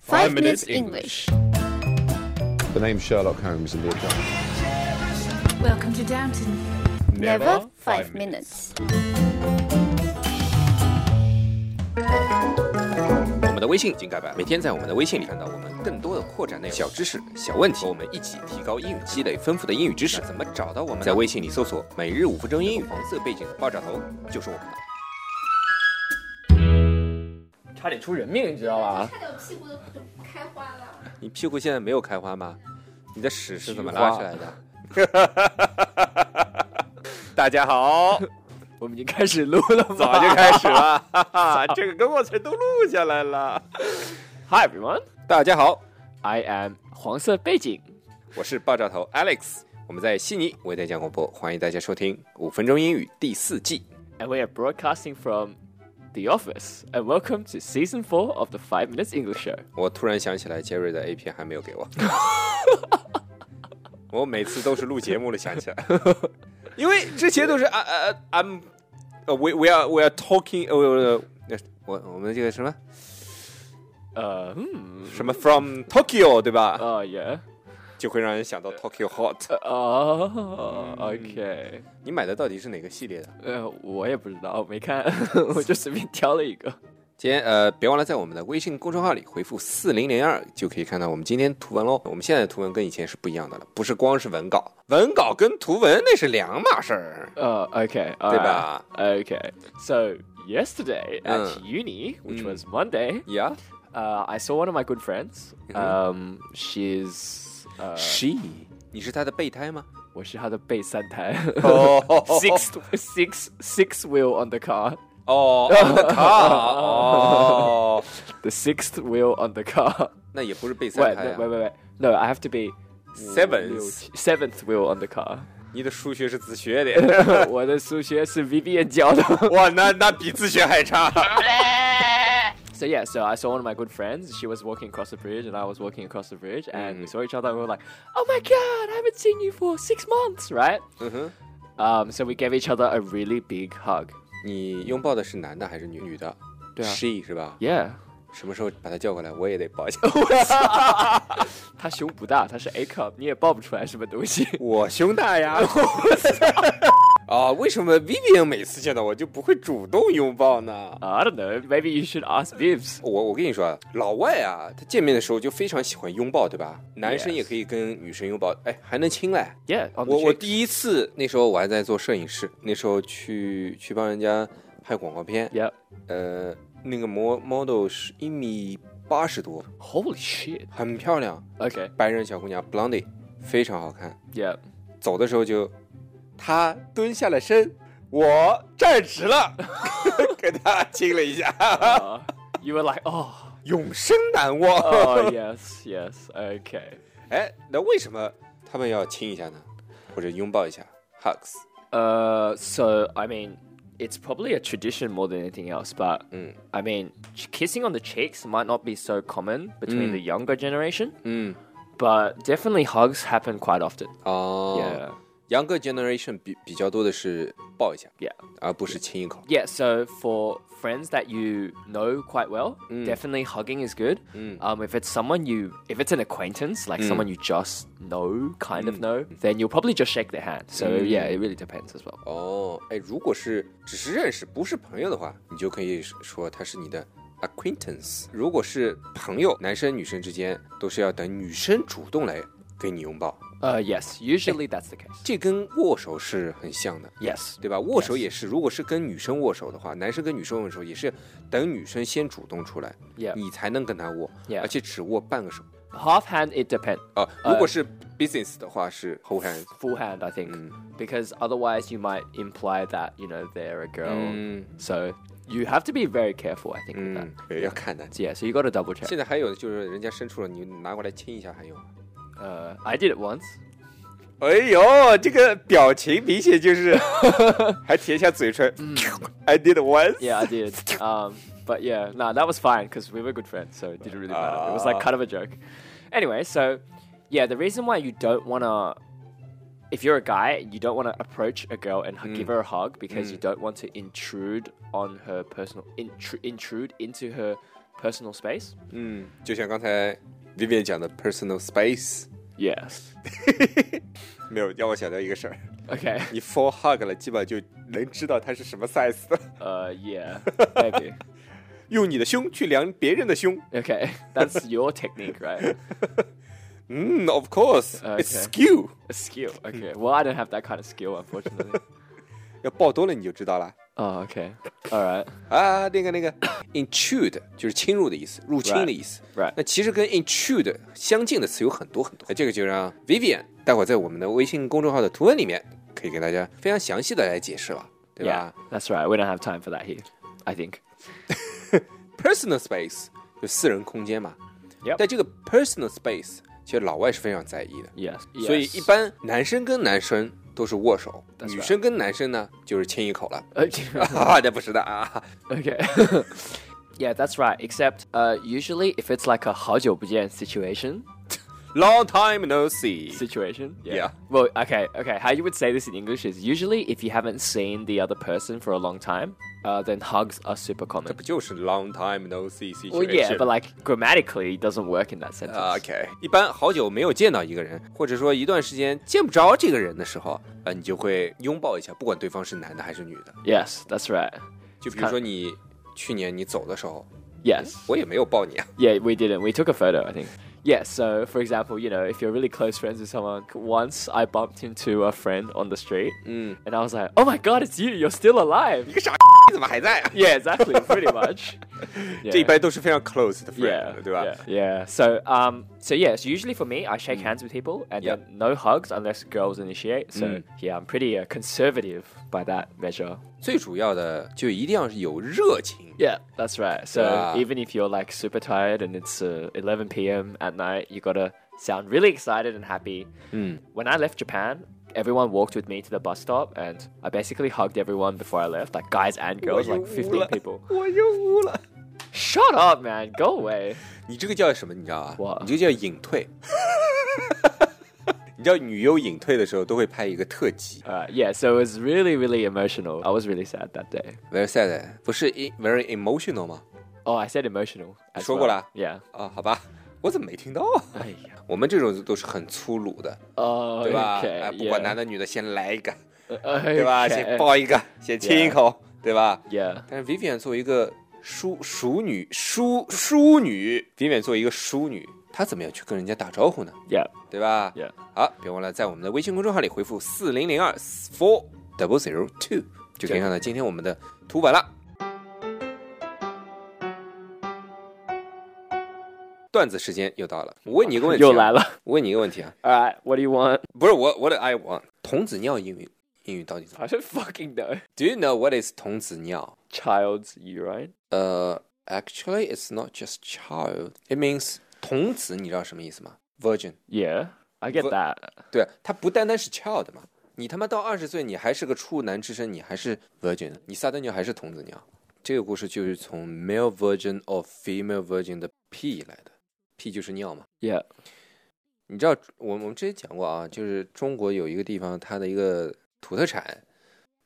Five Minutes English. The name Sherlock Holmes in the account. Welcome to Downton. Never five minutes. 我们的微信已经改版了，每天在我们的微信里看到我们更多的扩展内容、小知识、小问题，和我们一起提高英语，积累丰富的英语知识。那怎么找到我们呢？在微信里搜索“每日五分钟英语”，黄色背景的爆炸头就是我们的。差点出人命，你知道吧？看到屁股都开花了。你屁股现在没有开花吗？你的屎是怎么拉出来的？ 大家好， 我们已经开始录了吧早就开始 了，哈哈，这个跟我词都录下来了。 ？Hi everyone, 大家好， I am 黄色背景。我是爆炸头 Alex，我们在悉尼为大家广播，欢迎大家收听《五分钟英语》第四季。 and we are broadcasting from the office. And welcome to season four of the Five Minutes English Show. 我突然想起来，杰瑞的 A 片还没有 给我。我每次都是录节目了想起 来，因为之前都是啊啊啊，I'm，呃，we we are we are talking，呃，呃我我们这个什么呃、嗯，什么 from Tokyo 对吧？哦耶，就会让人想到呃 Tokyo Hot。哦，OK，你买的到底是哪个系列的？呃，Mm. Uh, 我也不知道，我没看， 我就随便挑了一个。今天呃，别忘了在我们的微信公众号里回复四零零二，就可以看到我们今天图文喽。我们现在的图文跟以前是不一样的了，不是光是文稿，文稿跟图文那是两码事儿。 Uh, okay, all Did right. that. Okay. So yesterday at Uh. uni, which Mm. was Monday, Yeah, uh, I saw one of my good friends. Mhm. Um, she's uh, she，你是她的备胎吗？我是她的备三胎。哦 six six six wheel on the car. 哦，我的卡哦， The sixth wheel on the car. 那也不是备三 Wait, 胎 no, 啊 wait, wait, wait. No, I have to be ，seven， seventh wheel on the car. 你的数学是自学的， 我的数学是 Vivian 教的。哇，那那比自学还差。 So yeah, so I saw one of my good friends. She was walking across the bridge, and I was walking across the bridge, and we Mm. saw each other, and we were like, "Oh my god, I haven't seen you for six months, right?" 嗯哼， Um, so we gave each other a really big hug. 你拥抱的是男的还是女女的？对啊，she 是吧？ Yeah. 什么时候把她叫过来，我也得抱一下。他胸不大，他是 A cup，你也爆不出来什么东西。 我胸大呀！啊，为什么 Vivian 每次见到我就不会主动拥抱呢？ I don't know. Maybe you should ask Vibs. 我我跟你说，啊，老外啊，他见面的时候就非常喜欢拥抱，对吧？男生 Yes 也可以跟女生拥抱，哎，还能亲嘞。 Yeah. On the 我我 cheek. 第一次那时候我还在做摄影师，那时候去去帮人家拍广告片， Yeah. 呃，那个模 model 是一米八十多， Holy shit. 很漂亮， Okay. 白人小姑娘 Blondie，非常好看。 Yeah. 走的时候就，他蹲下了身，我站直了， 给他亲了一下， Uh, you were like, oh, 永生难忘。 oh yes, yes. Okay. 哎，那为什么他们要亲一下呢？或者拥抱一下，hugs？ Uh, so I mean, it's probably a tradition more than anything else. But Mm. I mean, ch- kissing on the cheeks might not be so common Mm. between the younger generation, 嗯， but definitely hugs happen quite often. 哦 Yeah, 杨哥 generation 比比较多的是抱一下 yeah, 而不是亲一口。 yeah. So for friends that you know quite well, Mm. definitely hugging is good. Mm. Um, if it's someone you, if it's an acquaintance, like Mm. someone you just know, kind of Mm. know, then you'll probably just shake their hand. So Mm. yeah, it really depends as well. 哦，哎，如果是只是认识，不是朋友的话，你就可以说他是你的 acquaintance。如果是朋友，男生女生之间都是要等女生主动来给你拥抱， Uh, yes, Eh. usually that's the case. 这跟握手是很像的， Yes. 对吧？握手 Yes 也是，如果是跟女生握手的话，男生跟女生握手也是等女生先主动出来， Yeah. 你才能跟她握， Yeah 呃而且只握半个手。 Half hand, it depends. 啊，如果是 business 的话是嗯 whole hand， full hand, I think, because otherwise you might imply that you know they're a girl. 嗯 So you have to be very careful, I think, with 嗯，要看的。 that. Mm, Yeah, so you got to double check. 现在还有的就是人家伸出了，你拿过来亲一下还有吗。 Uh, I did it once. 哎呦，这个表情明显就是， 还舔一下嘴唇。I did once。嗯 Yeah, I did. um, but yeah, no, that was fine because we were good friends, so it didn't really matter. it was like kind of a joke. Anyway, so yeah, the reason why you don't want to. If you're a guy, you don't want to approach a girl and give her a Mm. hug because you don't want to intrude on her personal intru- intrude into her personal space. 嗯，就像刚才 Vivian 讲的 personal space， Yes. 没有让我想到一个事儿， Okay. 你 full hug 了，基本就能知道它是什么 size 的。 Uh, yeah. Maybe. 用你的胸去量别人的胸。 Okay. That's your technique, right? 嗯，of course，it's、 Okay skew。 A skill. Okay. Well, I don't have that kind of skill, unfortunately. 要抱多了你就知道了 Oh, okay. All right. 啊。那个那个 intrude 就是侵入的意思，入侵的意思。 Right. 那其实跟 intrude 相近的词有很多很多。哎那这个就让 Vivian 待会儿在我们的微信公众号的图文里面可以给大家非常详细的来解释了，对 Yeah. 吧 That's right. We don't have time for that here. I think. ？Personal space 就私人空间嘛。 Yep 但这个 personal space 其实老外是非常在意的。 Yes. 所以 yes. 一 般男生跟男生都是握手， That's 女 right 生跟男生呢就是亲一口了。 Okay. 啊，那不是的啊， okay. yeah, that's right. Except uh, usually if it's like a 好久不见 situation, Long time no see. situation. Yeah. Well, okay, okay. How you would say this in English is usually if you haven't seen the other person for a long time, uh, then hugs are super 这 common. 不就是 long time no see situation？Ah, Well, yeah, but like grammatically, it doesn't work in that sentence. 啊 OK，一般好久没有见到一个人，或者说一段时间见不着这个人的时候，啊，你就会拥抱一下，不管对方是男的还是女的。 Yes, that's right. 就比如说你去年你走的时候， Yes. 我也没有抱你啊。 Yeah, we didn't. We took a photo, I think. Yeah, so for example, you know, if you're really close friends with someone, once I bumped into a friend on the street Mm. and I was like, oh my god, it's you, you're still alive. 你个傻你怎么还在啊？Yeah, exactly, pretty much. 这一 Yeah. 般都是非常 close 的 Yeah, friend，对吧 Yeah, yeah. So, um, so yeah. So usually for me, I shake hands with people, and Mm. Yep. Mm. then no hugs unless girls initiate. So yeah, I'm pretty uh, conservative by that measure. 最主要的就一定要是有热情。 Yeah, that's right. So Yeah. even if you're like super tired and it's uh, 11 p.m. at night, you gotta sound really excited and happy. When I left Japan. Everyone walked with me to the bus stop, and I basically hugged everyone before I left, like guys and girls, like 15 people. 我又污了。 Shut up, man! Go away. 你这个叫什么？你知道啊？哇你这个叫隐退。 你知道女优隐退的时候都会拍一个特辑 Uh, yeah, so it was really, really emotional. I was really sad that day. ，very sad，不是 e- very emotional 吗？ Oh, I said emotional. as 说过 well. 了 Yeah. 啊，好吧，我怎么没听到啊？我们这种都是很粗鲁的， Oh, 对吧？ okay. 哎 yeah. 不管男的女的，先来一个， Okay. 对吧？先抱一个，先亲一口，对吧？ Yeah. 但是 Vivian 作为一个淑淑女，淑淑女，Vivian 作为一个淑女，她怎么样去跟人家打招呼呢？ Yeah. 对吧 Yeah. 好，别忘了在我们的微信公众号里回复四零零二 four double zero two，就可以看到今天我们的图文了。段子时间又到了，我问你一个问题、啊，又来了。我问你一个问题啊， All right. What do you want? 不是我我的 I want 童子尿英语英语到底怎么 I don't fucking know. ？Do you know what is 童子尿？ Child's urine. 呃、a c t u a l l y Uh, it's not just child，it means 童子，你知道什么意思吗？Virgin。 Yeah. I get Vo- that. 对，它不单单是 child 嘛，你他妈到二十岁，你还是个处男之身，你还是 virgin，你撒的尿还是童子尿。这个故事就是从 male virgin or female virgin 的 p 来的，p 就是尿嘛。 Yeah. 你知道，我我们之前讲过啊，就是中国有一个地方，它的一个土特产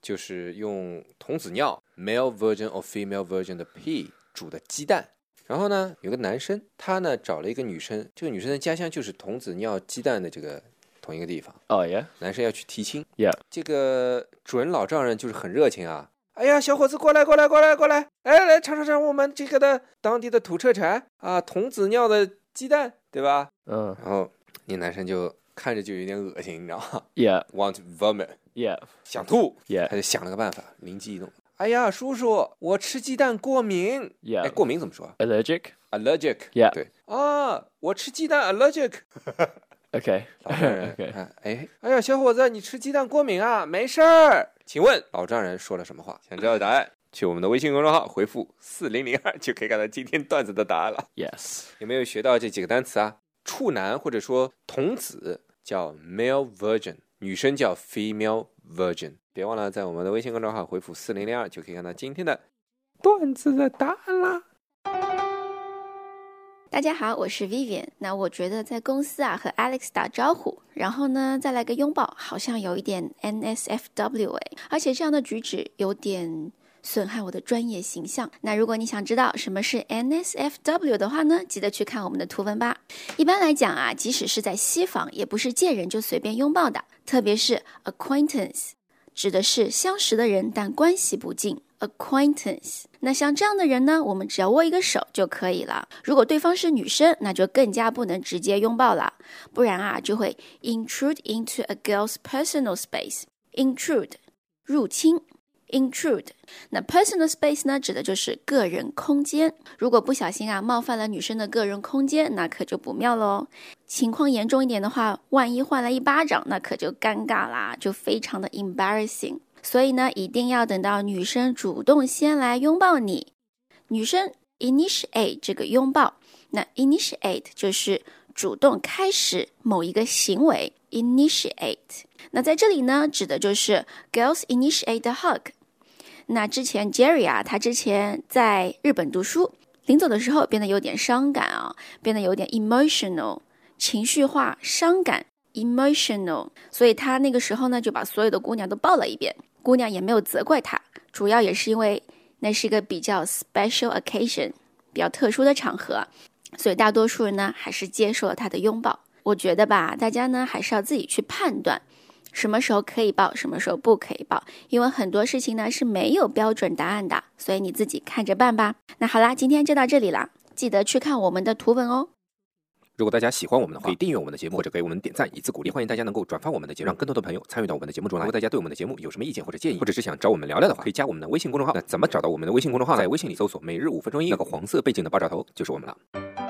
就是用童子尿 male virgin or female virgin 的 p 煮的鸡蛋。然后呢，有个男生，他呢找了一个女生，这个女生的家乡就是童子尿鸡蛋的这个同一个地方。 Oh, yeah. 男生要去提亲。 Yeah 这个主人老丈人就是很热情啊。哎呀，小伙子，过来，过来，过来，过来，哎，来尝尝尝我们这个的当地的土特产啊，童子尿的鸡蛋，对吧？ Uh, 然后那男生就看着就有点恶心，你知道吗 yeah. ？Want to vomit， Yeah. 想吐。他 Yeah. 就想了个办法，灵机一动。哎呀，叔叔，我吃鸡蛋过敏。 Yeah 哎，过敏怎么说啊 Allergic. ？Allergic。 Yeah 对啊，我吃鸡蛋 allergic。 Okay. 老丈 人 okay. 看哎哎呀，小伙子，你吃鸡蛋过敏啊？没事儿。请问老丈人说了什么话？想知道答案，去我们的微信公众号回复四零零二，就可以看到今天段子的答案了。 Yes. 有没有学到这几个单词啊？处男或者说童子叫 male virgin，女生叫 female virgin。别忘了在我们的微信公众号回复四零零二，就可以看到今天的段子的答案啦。大家好，我是 Vivian。那我觉得在公司啊和 Alex 打招呼，然后呢再来个拥抱，好像有一点 NSFW 哎，而且这样的举止有点损害我的专业形象。那如果你想知道什么是 NSFW 的话呢，记得去看我们的图文吧。一般来讲啊，即使是在西方，也不是见人就随便拥抱的，特别是 acquaintance。指的是相识的人，但关系不近 （acquaintance）。那像这样的人呢，我们只要握一个手就可以了。如果对方是女生，那就更加不能直接拥抱了，不然啊就会 intrude into a girl's personal space。intrude，入侵。intrude，那 personal space 呢，指的就是个人空间。如果不小心啊冒犯了女生的个人空间，那可就不妙哦喽。情况严重一点的话，万一换了一巴掌，那可就尴尬啦，就非常的 embarrassing。所以呢，一定要等到女生主动先来拥抱你，女生 initiate 这个拥抱，那 initiate 就是主动开始某一个行为，initiate。那在这里呢，指的就是 girls initiate the hug。那之前 Jerry 啊，他之前在日本读书，临走的时候变得有点伤感啊、变得有点 emotional，情绪化、伤感 emotional，所以他那个时候呢，就把所有的姑娘都抱了一遍，姑娘也没有责怪他，主要也是因为那是一个比较 special occasion，比较特殊的场合，所以大多数人呢还是接受了他的拥抱。我觉得吧，大家呢还是要自己去判断。什么时候可以报，什么时候不可以报，因为很多事情呢是没有标准答案的，所以你自己看着办吧。那好啦，今天就到这里啦，记得去看我们的图文哦。如果大家喜欢我们的话，可以订阅我们的节目或者给我们点赞以资鼓励。欢迎大家能够转发我们的节目，让更多的朋友参与到我们的节目中来。如果大家对我们的节目有什么意见或者建议，或者是想找我们聊聊的话，可以加我们的微信公众号。那怎么找到我们的微信公众号？在微信里搜索“每日五分钟英语”，那个黄色背景的爆炸头就是我们了。